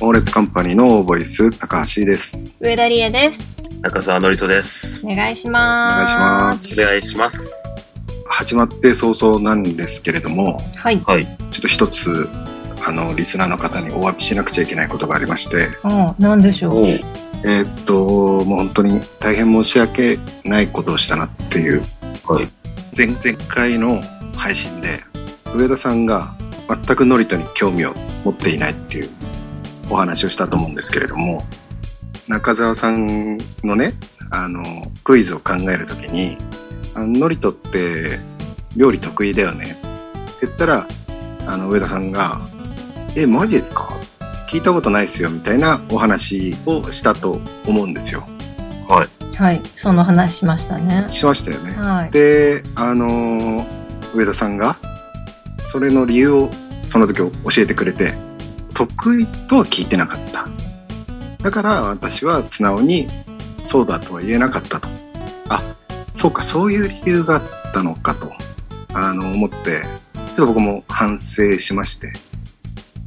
オーレッツカンパニーのボイス、高橋です。上田理恵です。中澤のりとです。お願いします。お願いしお願いします。始まって早々なんですけれども、す。はい。はい。ちょっと一つ、あの、リスナーの方にお詫びしなくちゃいけないことがありまして、うん、なんでしょう。えーっと、もう本当に大変申し訳ないことをしたなっていう、はい。前々回の配信で、上田さんが全くノリトに興味を持っていないっていうお話をしたと思うんですけれども、中澤さんのね、あの、クイズを考えるときに、あのノリトって料理得意だよねって言ったら、あの、上田さんが、え、マジですか聞いたことないですよみたいなお話をしたと思うんですよ。はい。はい。その話しましたね。しましたよね。はい。で、あのー上田さんが、それの理由をその時教えてくれて、得意とは聞いてなかった。だから私は素直に、そうだとは言えなかったと。あ、そうか、そういう理由があったのかと、あの、思って、ちょっと僕も反省しまして、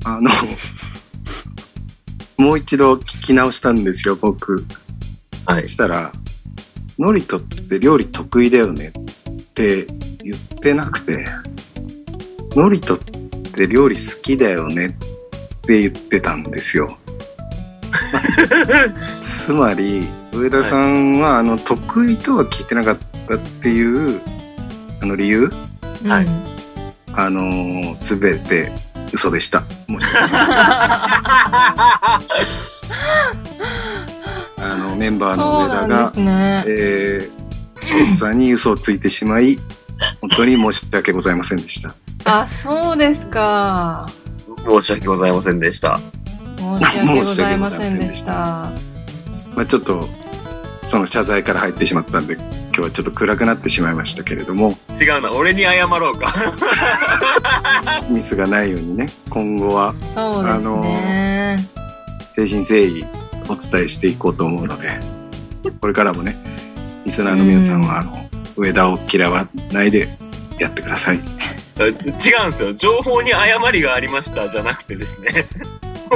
あ の、もう一度聞き直したんですよ、僕。 はい。したら「ノリトって料理得意だよね」って言ってなくて「ノリトって料理好きだよね」って言ってたんですよ。つまり上田さんはあの得意とは聞いてなかったっていうあの理由はいうんあのー、全て嘘でした。もし あのメンバーのそう上田なんがですね。えー、とっさに嘘をついてしまい、本当に申し訳ございませんでした。あ、そうですか。申し訳ございませんでした。申し訳ございませんでした。まあ、ちょっと、その謝罪から入ってしまったんで、今日はちょっと暗くなってしまいましたけれども、違うな、俺に謝ろうか。 ミスがないようにね、今後はそうですね。誠心誠意お伝えしていこうと思うので、これからもね、リスナーの皆さんは、あの、上田を嫌わないでやってください。違うんですよ。情報に誤りがありましたじゃなくてですね。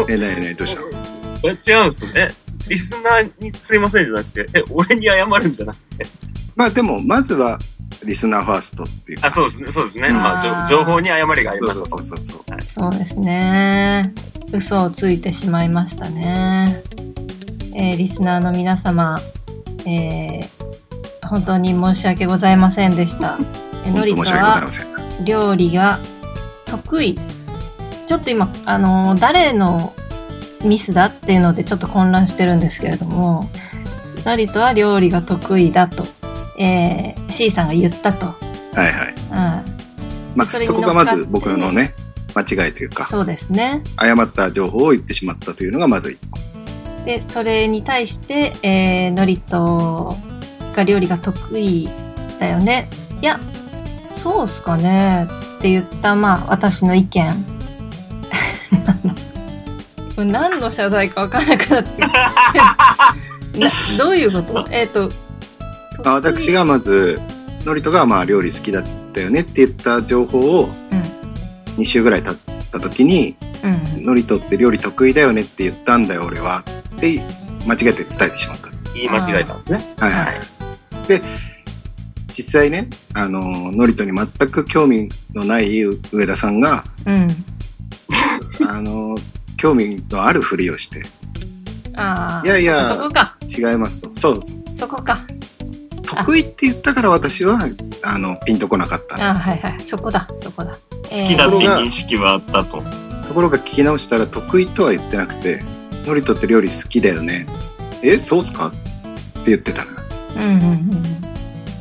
え、ないない、どうしたの え違うんですよね。リスナーにすいませんじゃなくて、え、俺に謝るんじゃなくて。まあでも、まずは、リスナーファーストっていう。あ、そうですね。そうですね。うんまあ、じょ情報に誤りがありそまうしそたう。そうそうそう。そうですね。嘘をついてしまいましたね。えーリスナーの皆様、えー本当に申し訳ございませんでした。え本の当り申かし訳ございはません。料理が得意。ちょっと今、あのー誰のミスだっていうのでちょっと混乱してるんですけれども、のりとは料理が得意だと、えー C さんが言ったと。はいはい。うまあ、そそれにこがま乗ずっかって、僕のね間違いというんかそうですね。誤った情報を言ってしまったというのがまず一個でそれに対して、えー、のりとが料理が得意だよねいやそうっすかねって言ったまあ私の意見 これ何の謝罪か分かんなくなって などういうことえっ、とまあ私がまずノリトがまあ料理好きだったよねって言った情報を2週ぐらい経った時にうん、うんノリトって料理得意だよねって言ったんだよ俺はって間違えて伝えてしまった言い間違えたんですね。はいはい、で実際ねあのノリトに全く興味のない上田さん がうんあの興味のあるふりをしてああいやいやそこか違いますとそうそこか得意って言ったから私はあのピンとこなかったんあーです、はいはいそこだそこだ好きだっとこてろが認識はあったと。ところが聞き直したら得意とは言ってなくて「ノリトって料理好きだよね」「えそうっすか?」って言ってたのよえーうんうんうん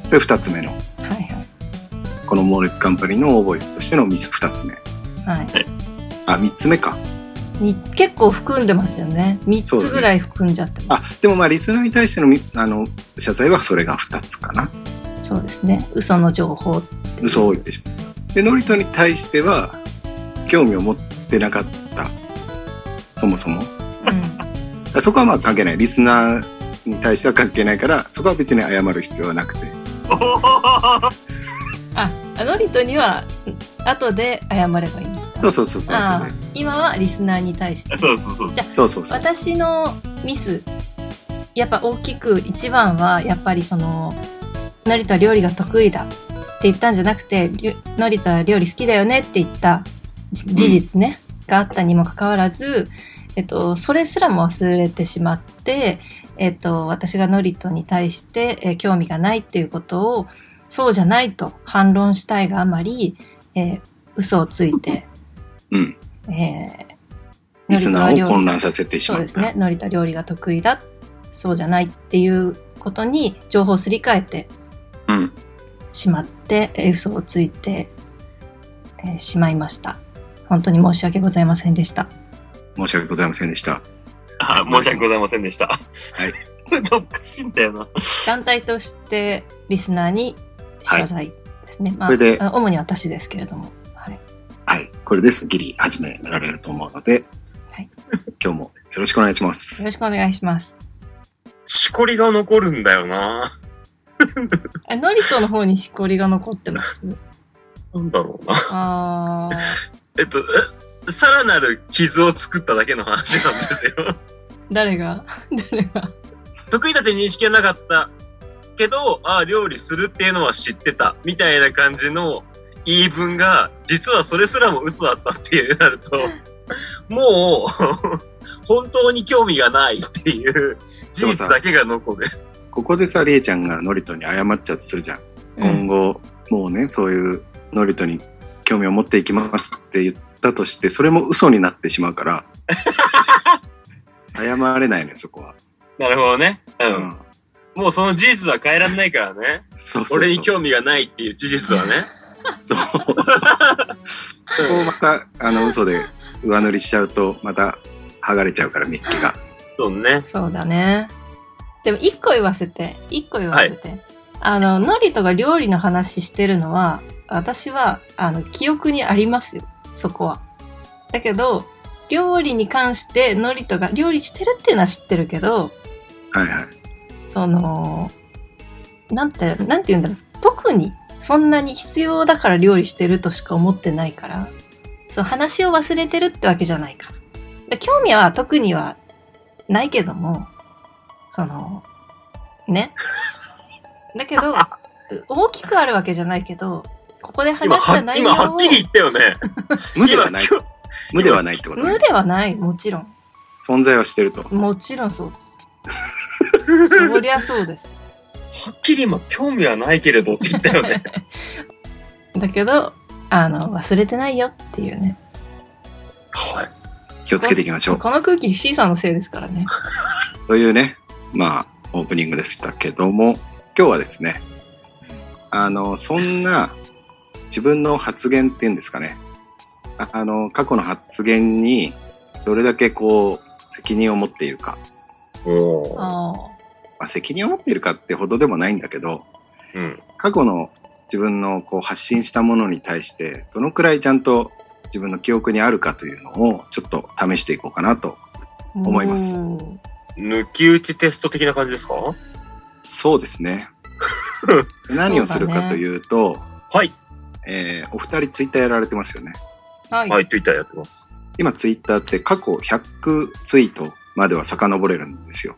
それ2つ目のはいはいこの猛烈カンパニーのオーボイスとしてのミス2つ目はいあ3つ目かみ結構含んでますよねそうで3つすねぐらい含んじゃってまあでもまあリスナーに対してのみあの謝罪はそれが2つかなすそうですね嘘の情報っていう嘘を言ってしまったでノリトに対しては興味を持ってなかったそもそもうんそこはまあ関係ない。リスナーに対しては関係ないから、そこは別に謝る必要はなくて。おー ああのリトにはん後で謝ればいいんですかそうそうそうそう。ああ今はリスナーに対してそうそうそう。そうそうそう。私のミスやっぱ大きく一番はやっぱりそののりとは料理が得意だって言ったんじゃなくてりゅのりとは料理好きだよねって言ったじ事実ね、があったにもかかわらず、えっと、それすらも忘れてしまって、えっと、私がのりとに対して、えー興味がないっていうことをそうじゃないと反論したいがあまり、えー嘘をついて、うん。えーリスナのりとは料理ーを混乱させてしそうまっでた。すね。のりた料理が得意だ、そうじゃないっていうことに情報をすり替えてうん。しまって、えー嘘をついて、えーしまいました。本当に申し訳ございませんでした。申し訳ございませんでした。。あ、 申し訳ございませんでした。はい これおかしいんだよな。団体としてリスナーに謝罪ですね。これでまあ、あ主に私ですけれども。はい。はい。これですっきり始められると思うので、はい 今日もよろしくお願いしますよ。ろしくお願いします。しこりが残るんだよな。あのりとの方にしこりが残っ てます。なんだろうな。あー。えっと、えさらなる傷を作っただけの話なんですよ。誰が誰が 得意だって認識はなかったけど、ああ、料理するっていうのは知ってた。みたいな感じの言い分が、実はそれすらも嘘だったっていうなる と、もう、本当に興味がないっていう事実だけが残る。ここでさ、りえちゃんがノリトに謝っちゃうとするじゃん。今後、もうね、そういうノリトに興味を持っていきますって言ったとして、それも嘘になってしまうから、謝れないのよ、そこは。 なるほどね。う。。うんもうその事実は変えられないからね。そうそうそう 俺に興味がないっていう事実はね。そう。そこをまた、あの、嘘で上塗りしちゃうと、また、剥がれちゃうから、ミッキーが。そうね。そうだね。でも一個言わせて、一個言わせて。あの、のりとが料理の話してるのは、私は、あの、記憶にありますよ。そこは。だけど、料理に関して、のりとが料理してるっていうのは知ってるけど、はいはい。その、なんて、なんて言うんだろう。特に、そんなに必要だから料理してるとしか思ってないから、その話を忘れてるってわけじゃないから。で興味は特にはないけども、その、ね。だけ ど、大きくあるわけじゃないけど、ここで今話したは、内容今をはっきり言ったよね。無ではない今。今無ではないってことね無ではない、もちろん。存在はしてると。もちろんそう です。そりゃそうです。日はっきり今、興味はないけれどって言った よね。だけど、あの、忘れてないよっていうね。はい。気をつけていきましょう。この空気、C さんのせいですからね。というね、まあ、オープニングでしたけども、今日はですね、あの、そんな自分の発言っていうんですかね、ああの、過去の発言にどれだけこう、責任を持っているか、おあまあ、責任を持っているかってほどでもないんだけど、うん。過去の自分のこう発信したものに対して、どのくらいちゃんと自分の記憶にあるかというのをちょっと試していこうかなと。あ。思いますうん。抜き打ちテスト的な感じですかはそうです ね。何をするかというと、い。えーお二人ツイッターやられてますよね。はい。はい、Twitter やってます。今ツイッターって過去100ツイートまでは遡れるんですよ。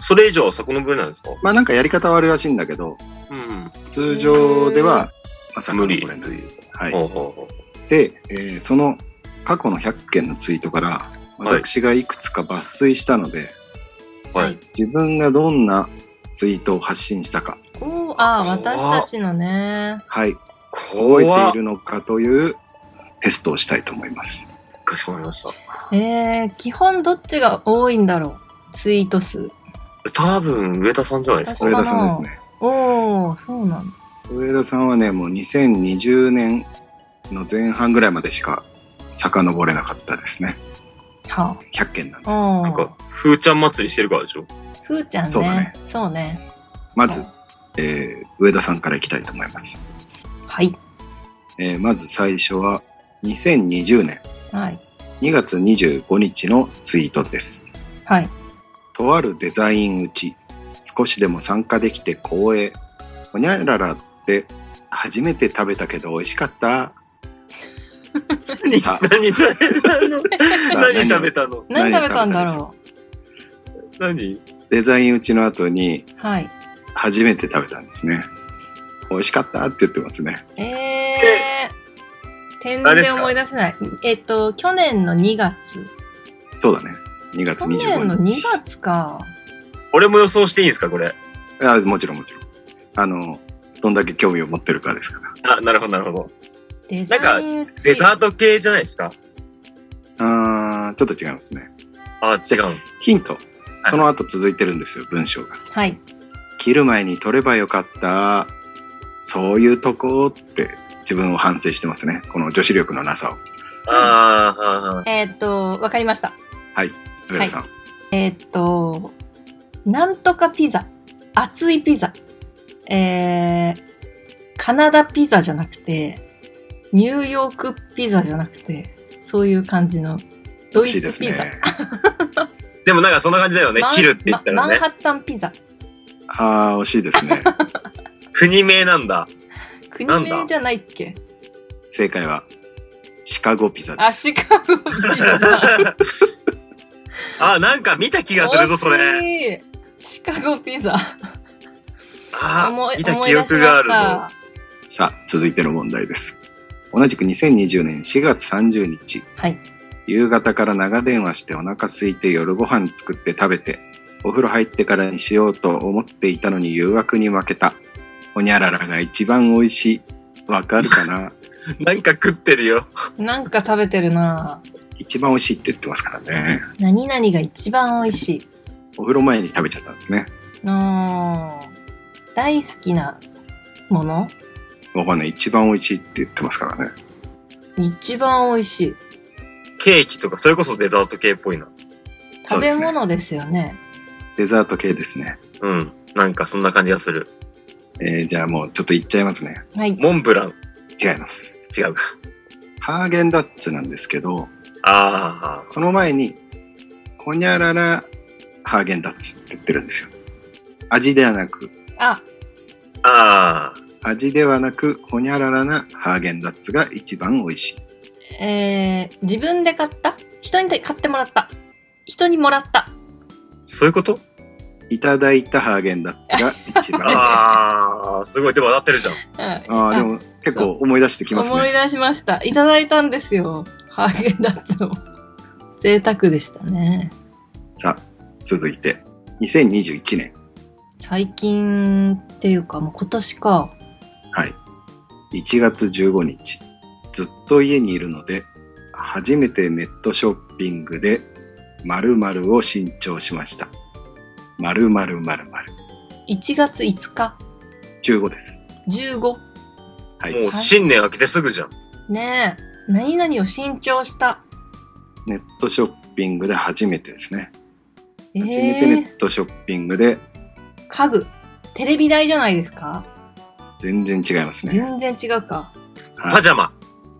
それ以上は遡れないですかまあなんかやり方はあるらしいんだけど、うん。通常では、まあ、遡無れ理。ない。はい。ほうほうほで、えーその過去の100件のツイートから、はい私がいくつか抜粋したので、うはい。自分がどんなツイートを発信したか、おーああ、私たちのね。はい、覚え怖ているっ。のかというテストをしたいと思います。かしこまりました。えー、基本どっちが多いんだろう。ツイート数。多分、上田さんじゃないです上か。田さんですね。おお、そうなんだ。上田さんはねもう2020年の前半ぐらいまでしか遡れなかったですねは100件なんであ。おなんーか、ふーちゃん祭りしてるからでしょふーちゃんそうだねね。そうね。まず、えー上田さんからいきたいと思います、はい。えーまず最初は2020年はい。 2月25日のツイートですはい。とあるデザインうち少しでも参加できて光栄ほにゃららって初めて食べたけど美味しかった何さ何食べたの さあ何食べたの何食べた何食べたんんだでしろ何デザイン打ちの後にう。はい。初めて食べたんですね。美味しかったって言ってますね。えー。点で思い出せない。えっと、去年の2月。そうだね。2月去25日。年の2月か。俺も予想していいんですかこれ。あもちろんもちろん。あの、どんだけ興味を持ってるかですから。あ、なるほど、なるほど。デザインうち。デザート系じゃないですかあーちょっと違いますね。あ、違う。ヒント。その後続いてるんですよ、文章が。はい。切る前に取ればよかった。そういうとこって自分を反省してますね。この女子力のなさを。あーはーはーえっと、わかりました。上田さん。えっと、なんとかピザ。熱いピザ。えー、カナダピザじゃなくて、ニューヨークピザじゃなくて、そういう感じの、ドイ美味ツしいピですザ。ね。でもなんかそんな感じだよねマ。ン切るって言ったらママンねハ。ッタンピザ。あー惜しいですね。国名なん だ。国なんだ名じゃないっけ正解は、シカゴピザです。あ、シカゴピザ。あ、なんか見た 気がするぞ、それ。惜しいシカゴピザ。あ思い見た思い記出し憶まがあしるぞ。た。さあ、続いての問題です。同じく2020年4月30日。はい夕方から長電話してお腹空いて夜ご飯作って食べて、お風呂入ってからにしようと思っていたのに誘惑に負けた。ほにゃららが一番美味しい。わかるか ななんか食ってるよ。なんか食べてるな一番美味しいって言ってますからね。何々が一番美味しい。お風呂前に食べちゃったんですね。の大好きなものわかんない。一番美味しいって言ってますからね。一番美味しいケーキとか、それこそデザート系っぽいな。そう食でべすね物ですよねデザート系ですね。うん。なんかそんな感じがする。えー、じゃあもうちょっと言っちゃいますね。はいモンブラン。違います。違うか。ハーゲンダッツなんですけど、あその前に、ほにゃららハーゲンダッツって言ってるんですよ。味ではなく、ああ、ああ。味ではなく、ほにゃららなハーゲンダッツが一番美味しい。えー、自分で買った人に買ってもらった人にもらったそういうこといただいたハーゲンダッツが一番美味しい。あああ、すごい。でも当たってるじゃん。はいあー、でも結構思い出してきます思ね。い出しましたいただいたんですよハーゲンダッツを贅沢でしたねさあ、続いて、2021年。最近っていうかもう今年かはい。1月15日。ずっと家にいるので、初めてネットショッピングで〇〇を新調しました。〇〇〇〇。 1月5日15です。 15はい。もう新年明けてすぐじゃん。ねえ何々を新調したネットショッピングで初めてですね。え初めてネットショッピングで家具テレビ台じゃないですか全然違いますね。全然違うかはパジャマ。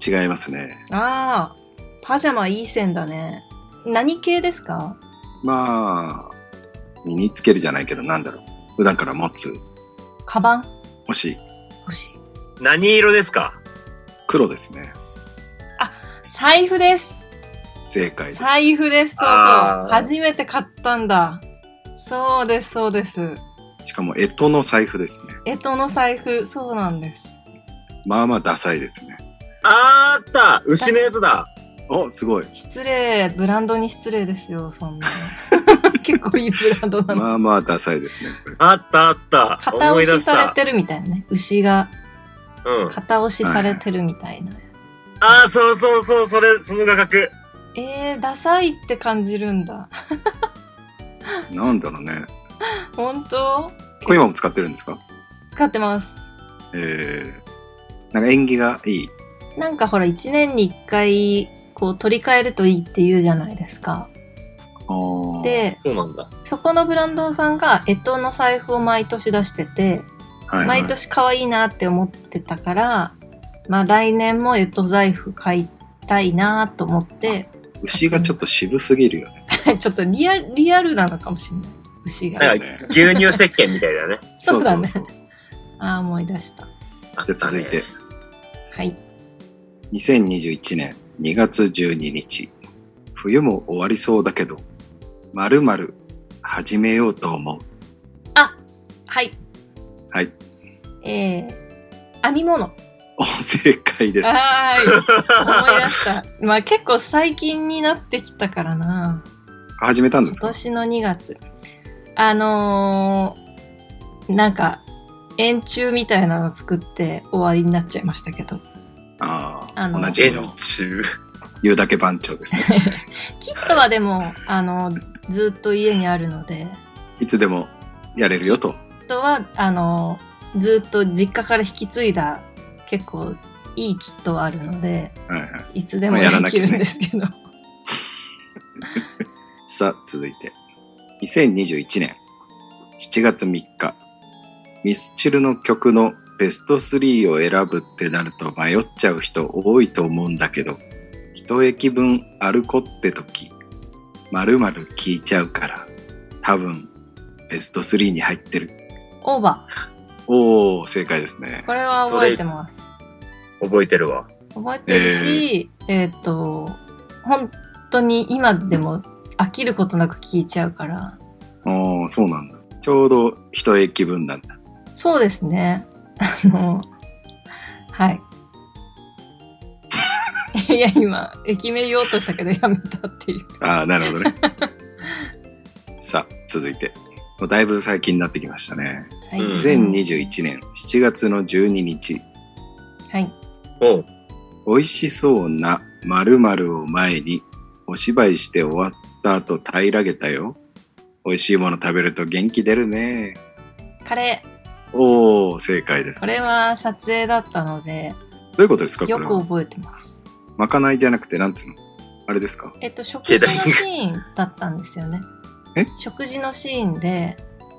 い、違いますね。ああパジャマいい線だね何系ですかまあ、身につけるじゃないけどなんだろう。普段から持つ。カバンもし、欲しい何色ですか黒ですね。財布です正解です。財布ですそうそうあー初めて買ったんだそうですそうですしかも、干支の財布ですね。えとの財布そうなんですまあまあダサいですね。あーった牛のやつだお、すごい。失礼ブランドに失礼ですよそんな 結構いいブランドなの、まあまあダサいですね。これあったあった片思い押出ししされた。てるみたいなね牛がうん。片押しされてるみたいな、ああ、そうそうそう、それ、その画角。えー、ダサいって感じるんだ。なんだろうね。本当これ今も使ってるんですか使ってます。えー、なんか縁起がいい。なんかほら、一年に一回、こう取り替えるといいって言うじゃないですか。で、そうなんだ。そこのブランドさんが、干支の財布を毎年出してて、はいはい毎年可愛いなって思ってたから、まあ来年も干支財布買いたいなと思って、 牛がちょっと渋すぎるよね。ちょっとリアリアルなのかもしれない。牛そがう。はねい牛乳石鹸みたいだね。そうだねそうそうああ、思い出した。あったじゃねあ続いて、はい。 2021年2月12日冬も終わりそうだけどまるまる始めようと思うはい。はい。えー、編み物。お正解ですはーい。思い出 した。まあ結構最近になってきたからな。始めたんで今すか年の2月。あのー、なんか、円柱みたいなの作って終わりになっちゃいましたけど。あああの同じ円の中。言うだけ番長です ねキットはでも、あの、ずっと家にあるので、いつでもやれるよとキットは、あの、ずっと実家から引き継いだ、結構いいキットはあるので、はいはいいつでもまあやらでなききゃねるんですけど。さあ続いて2021年7月3日ミスチルの曲のベスト3を選ぶってなると迷っちゃう人多いと思うんだけど一駅分歩こって時まるまる聞いちゃうから多分ベスト3に入ってるオーバおお正解ですねー。これは覚えてます。覚えてるわ。覚えてるし、えーっと、本当に今でも飽きることなく聞いちゃうから。おーそうなんだちょうど一駅分なんだそうですね。あの、はい。 いや、今、駅名言おうとしたけどやめたっていう。ああ、なるほどね。さあ、続いて。もうだいぶ最近になってきましたね。はいうん2021年7月の12日、はい。おう美味しそうな〇〇を前に、お芝居して終わった後平らげたよ。美味しいもの食べると元気出るね。カレー、おお、正解です。こどれは撮影だったので、ういうことですかこよれくは。覚えてます。まかないじゃなくて、なんつうのあれですかえっと、食事のシーンだったんですよね。え食事のシーンで、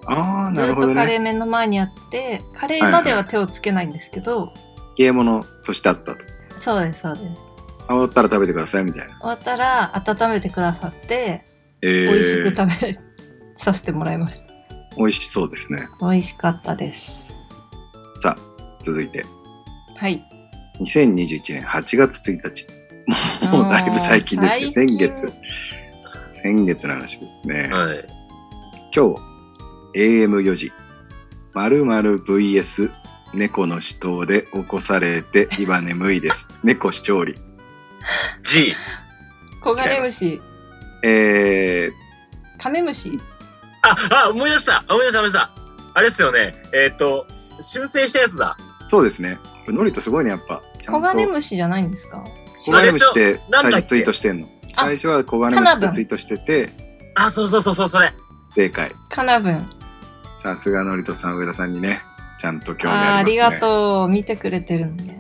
ああ、ずなるっほとどカレね。ー目の前にあって、カレーまでは手をつけないんですけど、ゲームのとしてあったと。そうです、そうです。あ終わったら食べてください、みたいな。終わったら温めてくださって、えー、美味しく食べさせてもらいました。美味しそうですね。美味しかったです。さあ、続いて。はい。 2021年8月1日。 もうだいぶ最近ですね。あー先月。先月の話ですね。はい。今日、AM4 時、〇〇 VS 猫の死闘で起こされて、今眠い です。猫勝利。 G。コガネムシ、えー、カメムシあ、あ、思い出した思い出した思い出したあれっすよね。えっ、と、修正したやつだ。そうですね。ノリとすごいね、やっぱ。ちゃコんガネと。ムシじゃないんですかコガネムシってなん最だっけ初ツイートしてんの。あ最初はコガネムシってツイートしてて、あ、そうそうそうそう、それ。正解。カナブン。さすがノリとさん、上田さんにね、ちゃんと興味あーあありりますね。がとう。見てくれてるんで。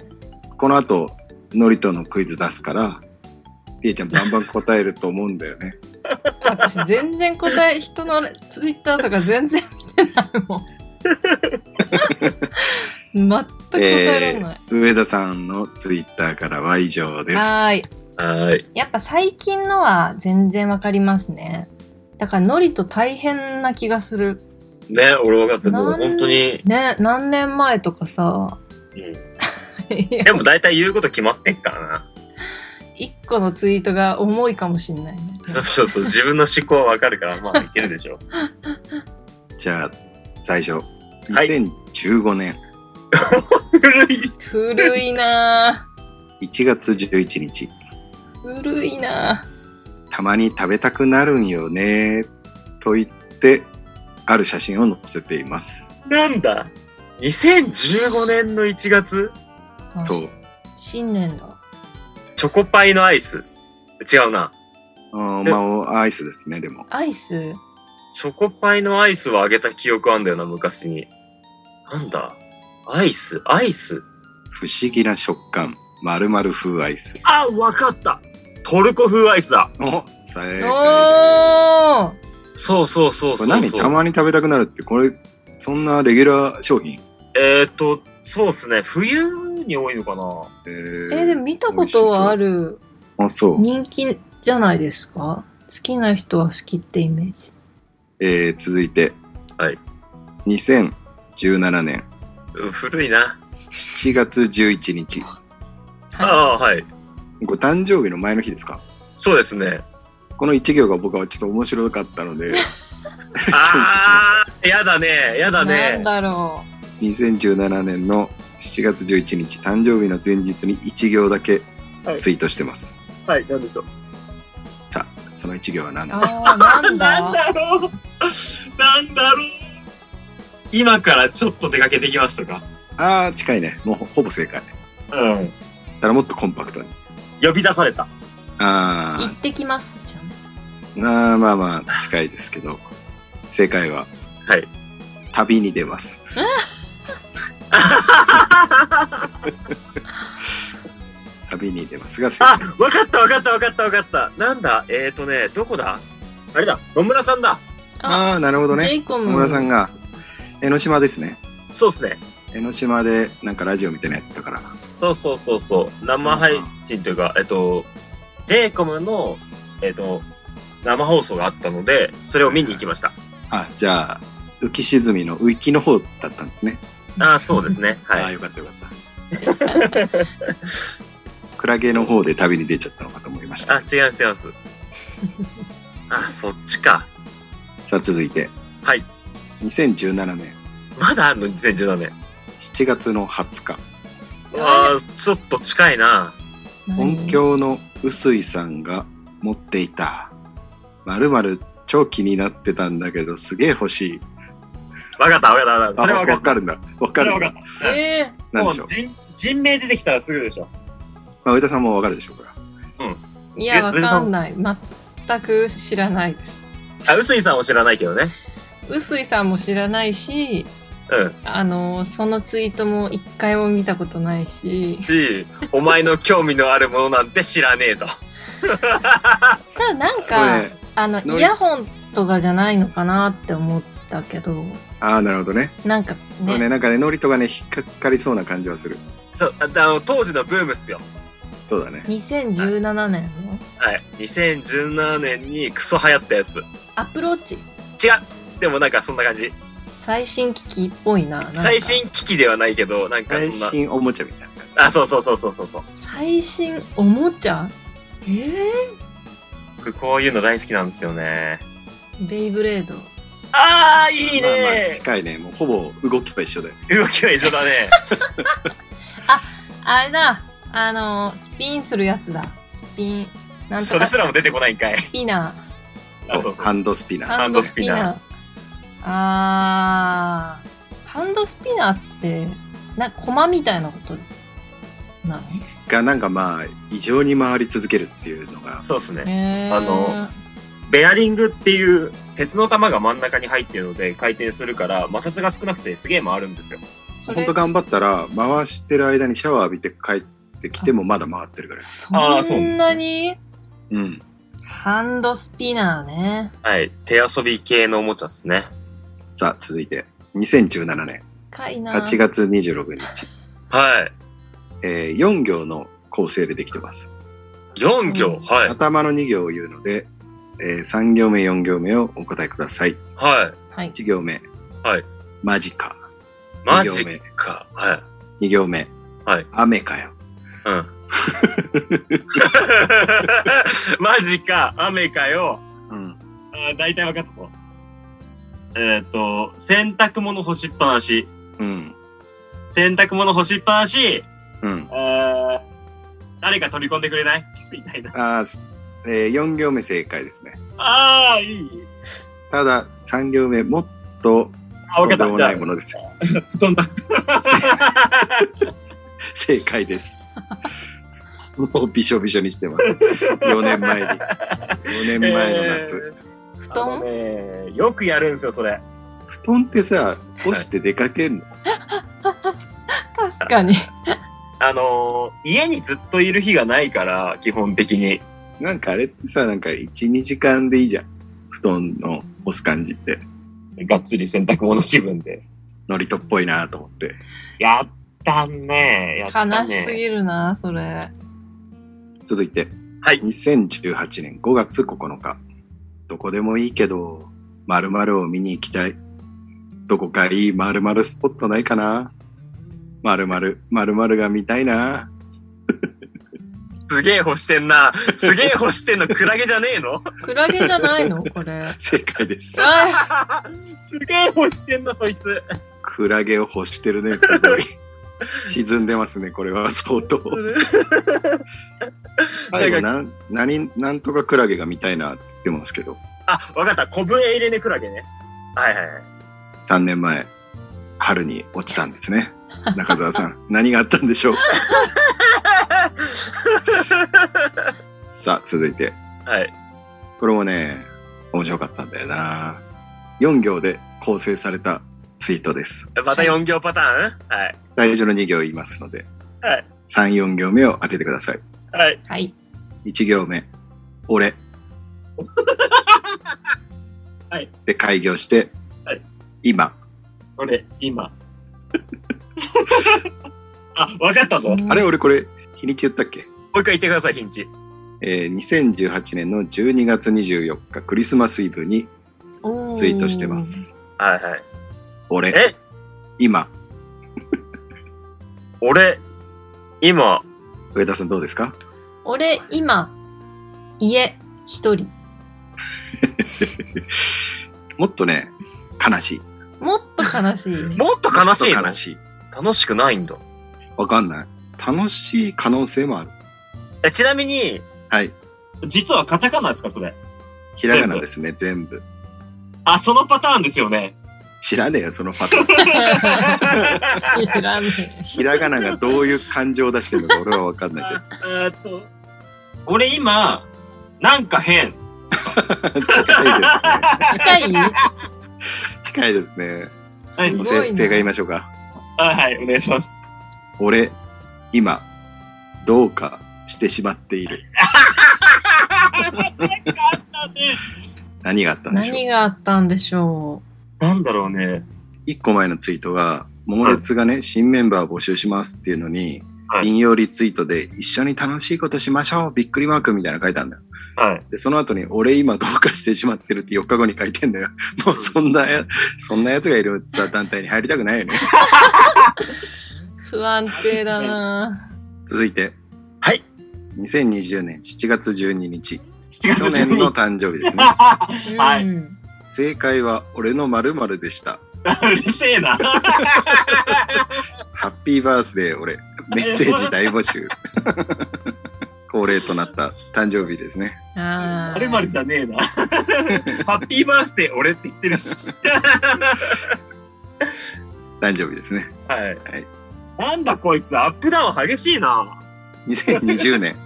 この後ノリとのクイズ出すから、ピエちゃんバンバン答えると思うんだよね。私全然答え、人のツイッターとか全然見てないも ん。全く答えられない。上田さんのツイッターからは以上です。はーい。はーい。やっぱ最近のは全然わかりますね。だからノリと大変な気がする。ね、俺分かってる、もうなん本当に。ね、何年前とかさ、うんいやでも大体言うこと決まってんからな。 一個のツイートが重いかもしんないね。 そうそうそう、自分の思考はわかるから、まあいけるでしょ。じゃあ、最初。はい2015年古い。古いな1月11日、ぁ。古いなぁ。たまに食べたくなるんよね、と言って、ある写真を載せています。なんだ ?2015 年の1月、そう。新年だ。チョコパイのアイス。違うな。あーまあ、アイスですね、でも。アイスチョコパイのアイスはあげた記憶あんだよな、昔に。なんだアイスアイス不思議な食感、〇〇風アイス。あ、わかったトルコ風アイスだお正解おです。ーそうそうそうこそうれ何そうたまに食べたくなるってこれそんなレギュラー商品えーっと、そうですね。冬に多いのかなええーーでも見たことはあるあそう、人気じゃないですか好きな人は好きってイメージ。えー続いて、はい、 2017年うん古いな。 7月11日あはあ、はい。ご誕生日の前の日ですかそうです ね。この一行が僕はちょっと面白かった ので、ああ、やだね、やだい。なんね。だろ2017年の7月11日誕生日の前日に一行だけツイートしてます。はい、なんでしょう。さあ、その一行は何う。だああ、なんなんだ。だろう。なんだろう。今からちょっと出かけてきますとか。ああ、近いね。もうほほぼ正解。うん。ただもっとコンパクトに。呼び出された。行っあてきます。じゃん。ーあー、まあまあ、近いですけど、正解は、はい。旅に出ます。旅に出ますが正解、あ、わかったわかったわかったわかった。なんだ、えーとね、どこだあれだ、野村さんだ。ああー、なるほどジェね。イコ野ム。村さんが、江ノ島ですね。そうっすね。江ノ島で、なんかラジオみたいなやつだからな。そうそうそうそう。生配信というか、えっと、ジェイコムの、えっと、生放送があったので、それを見に行きました。あ、じゃあ、浮き沈みの浮きの方だったんですね。ああ、そうです ね。ああ、はい。よかったよかった。 クラゲの方で旅に出ちゃったのかと思いましあ、た。違います違い ます。あ、そっちか。さあ、続いて。はい。 2017年まだあるの ?2017 年。 7月の20日、うわあ、ちょっと近いな。音。響の臼井さんが持っていた、まるまる超気になってたんだけど、すげえ欲しい。わかったわかったわかった。あ、それはわわかっかた。るんだ。わかるんだ。何ええなんもでしうょう。人人名出てきたらすぐでしょ。まあ、上田さんもわかるでしょうかー。いや、わかんない。全く知らないです。あ、臼井さんを知らないけどね。臼井さんも知らないし、うん。あの、そのツイートも一回も見たことないし、し、お前の興味のあるものなんて知らねえと。ただなんら。か、これあの、ノリイヤホンとかじゃないのかなって思ったけど、ああ、なるほどね。なんかこれね、ね、なんかね、ノリとかね、引っかかりそうな感じはする。そう、ああの、当時のブームっすよ。そうだね。 2017年のはい。2017年にクソ流行ったやつ。違アプローチ、うでもなんかそんな感じ。最新機器っぽいな。なんか最新機器ではないけど、なんかそ最んな。新おもちゃみたいな感あ、そうそうそうそうそうそう。最新おもちゃえ僕こういうの大好きなんですよね。ー、ベイブレード。あー、いじ。いまあまあね近いね。もうほぼ動きは一緒だよ。動きは一緒だね。あれだ、あの、スピンするやつだ。スピン、 なんそとれかすらも出てこないんかい。スピナあ、そうそうハ。ンドスピー。ナー。ハハンンドドススピピナナー。あー、ハンドスピナーって、な、駒みたいなことなのがなんかまあ異常に回り続けるっていうのがそうですね。えー、あの、ベアリングっていう鉄の玉が真ん中に入ってるので回転するから摩擦が少なくてすげえ回るんですよ。そ本れ当頑張ったら回してる間にシャワー浴びて帰ってきてもまだ回ってるからあーそそうんなにうんハンドスピナーね。はい。手遊び系のおもちゃですね。さあ続いて2017年かいな。 8月26日、はい。えー4行の構成でできてます4行。はい。頭の2行を言うので、え3行目4行目をお答えくださいはい。はい。 1行目はいマジかマ二行ジ目か。はい。 2行目、はい雨かようん。 マジか。雨かよ。うんあー大体分かったぞ。えーっと、洗濯物干しっぱなし。うん洗濯物干しっぱなし。うんあー誰か取り込んでくれない みたいな。あー、え4行目正解ですねああ、いい。ただ3行目もっとあ、と分かんでった。もじなゃいものですあ、布団だ。 正解です。もうびしょびしょにしてます。4年前に。4年前の 夏。布団ね、よくやるんですよ、それ。布団ってさ、干して出かけんの、確かに。あのー家にずっといる日がないから、基本的に。なんかあれってさ、なんか1、2時間でいいじゃん。布団の干す感じって。がっつり洗濯物気分で。ノリトっぽいなと思って。やったね。やった悲ね。しすぎるな、それ。続いて。はい2018年5月9日。どこでもいいけど、〇〇を見に行きたい。どこかいい〇〇スポットないかな〇〇、〇〇が見たいなすげえ干してんな。すげえ干してんの、クラゲじゃねえの クラゲじゃな いのこれ。正解です。あすげえ干してんな、そいつ。クラゲを欲してるね、すごい。沈んでますね、これは相当。 最後なん、何、なんとかクラゲが見たいなって言ってますけど、あ、わかった。コブエイレネクラゲね。はいはいはい。 3年前、春に落ちたんですね。中澤さん、 何があったんで しょうさあ、続いて。はい。これもね、面白かったんだよな。4行で構成されたツイートです。また4行パターンはい。最初の2行言いますので、はい3、4行目を当ててください。はい。はい。 1行目、俺。 はいで、開業して、はい今。俺、今。 あ、わかったぞ。もあれ俺これ、日にち言ったっけう一回言ってください、ヒンチ。えー2018年の12月24日クリスマスイブにおツイートしてま。す。はいはい。俺、え、今、俺、今、上田さんどうですか俺、今、家、一人。もっとね、悲しい。もっと悲しい。もっと悲しいもっとの悲しい。楽しくないんだ。わかんない。楽しい可能性もある。えちなみに、はい。実はカタカナですか、それ。ひらがなですね、全部。あ、そのパターンですよね。知らねえよ、そのパター ン。知 らねえ。ひらがながどういう感情を出してるのか俺はわかんないけど。えっと、俺今、なんか変。近いですね。近い 近いですね。はいすもうごいせな。正解言いましょうか。はいはい、お願いします。俺、今、どうかしてしまっている。何があったんでしょう何があったんでしょなんだろうね。一個前のツイートが、桃鉄がね、新メンバー募集しますっていうのに、はい引用リツイートで、一緒に楽しいことしましょうびっくりマークみたいなの書いたんだよ。はい。で、その後に、俺今どうかしてしまってるって4日後に書いてんだよ。もうそんなや、そんなやつがいる団体に入りたくないよね。う。不安定だな。 続いて。はい。 2020年7月12日、 7去年 の誕生日ですね。はいうん正解は、俺の〇〇でした。うるせえな。ハッピーバースデー俺、メッセージ大募 集。恒例となった誕生日ですね。あーあれまるじゃねえ な。ハッピーバースデー俺って言ってるし。誕生日ですね。はい。いなんだこいつ、アップダウン激しいな。 2020年、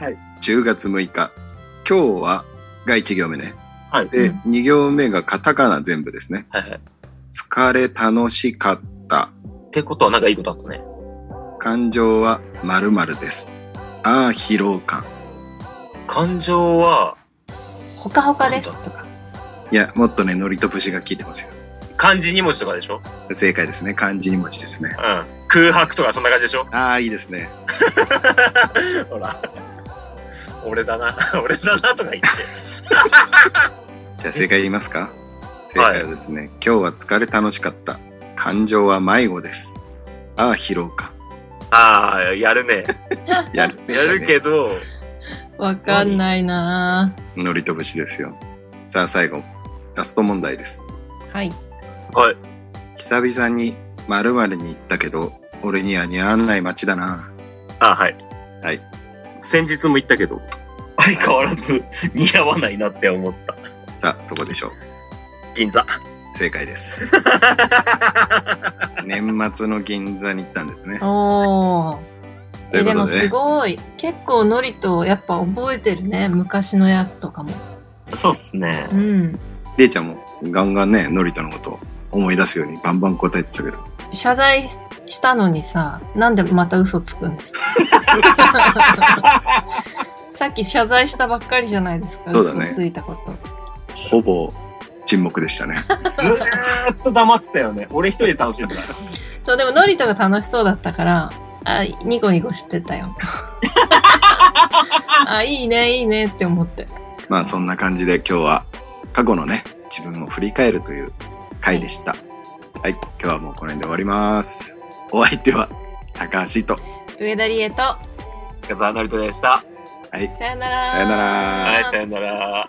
はい10月6日。今日は、が1行目ね。はいで、うん2行目がカタカナ全部ですね。はいはい。っ疲れ楽しかった。てことはなんかいいことあったね。感情は〇〇です。ああ、疲労感。感情は、ほかほかですとか。いや、もっとね、ノリと節が効いてますよ。漢字2文字とかでしょ正解ですね。漢字2文字ですねうん。。空白とかそんな感じでしょああ、いいですね。ほら。俺だな、 俺だなとか言って。じゃあ正解言いますか正解はですね、今日は疲れ楽しかった。感情は迷子です。ああ、疲労か。ああ、やるね。やる、 やるけど、わかんないな。ど。乗り飛ぶしですよ。さあ最後、ラスト問題です。はい。はい。久々に〇〇に行ったけど、俺には似合わない街だな。あはい。はい。先日も言ったけど、相変わらず似合わないなって思った。さあ、どこでしょう銀座。正解 です。年末の銀座に行ったんですね。おー。といえうでこもとですね、ごい結構ノリとやっぱ覚えてるね昔のやつとかもそうっすねう。んりえちゃんもガンガンね、のりとのことを思い出すようにバンバン答えてたけど。謝罪したのにさなんでまた嘘つくんで すかさっき謝罪したばっかりじゃないですかそうだね嘘ついたことほぼ沈黙でしたね。ずーっと黙ってたよね。俺一人で楽しんでた。そうでもノリとが楽しそうだったからあニコニコして たよあいいねいいねって思ってまあそんな感じで今日は過去のね自分を振り返るという回でした。はい、今日はもうこの辺で終わります。お相手は高橋と上田理恵と中澤のりとでした。はい。さよなら。さよならはい、さよなら。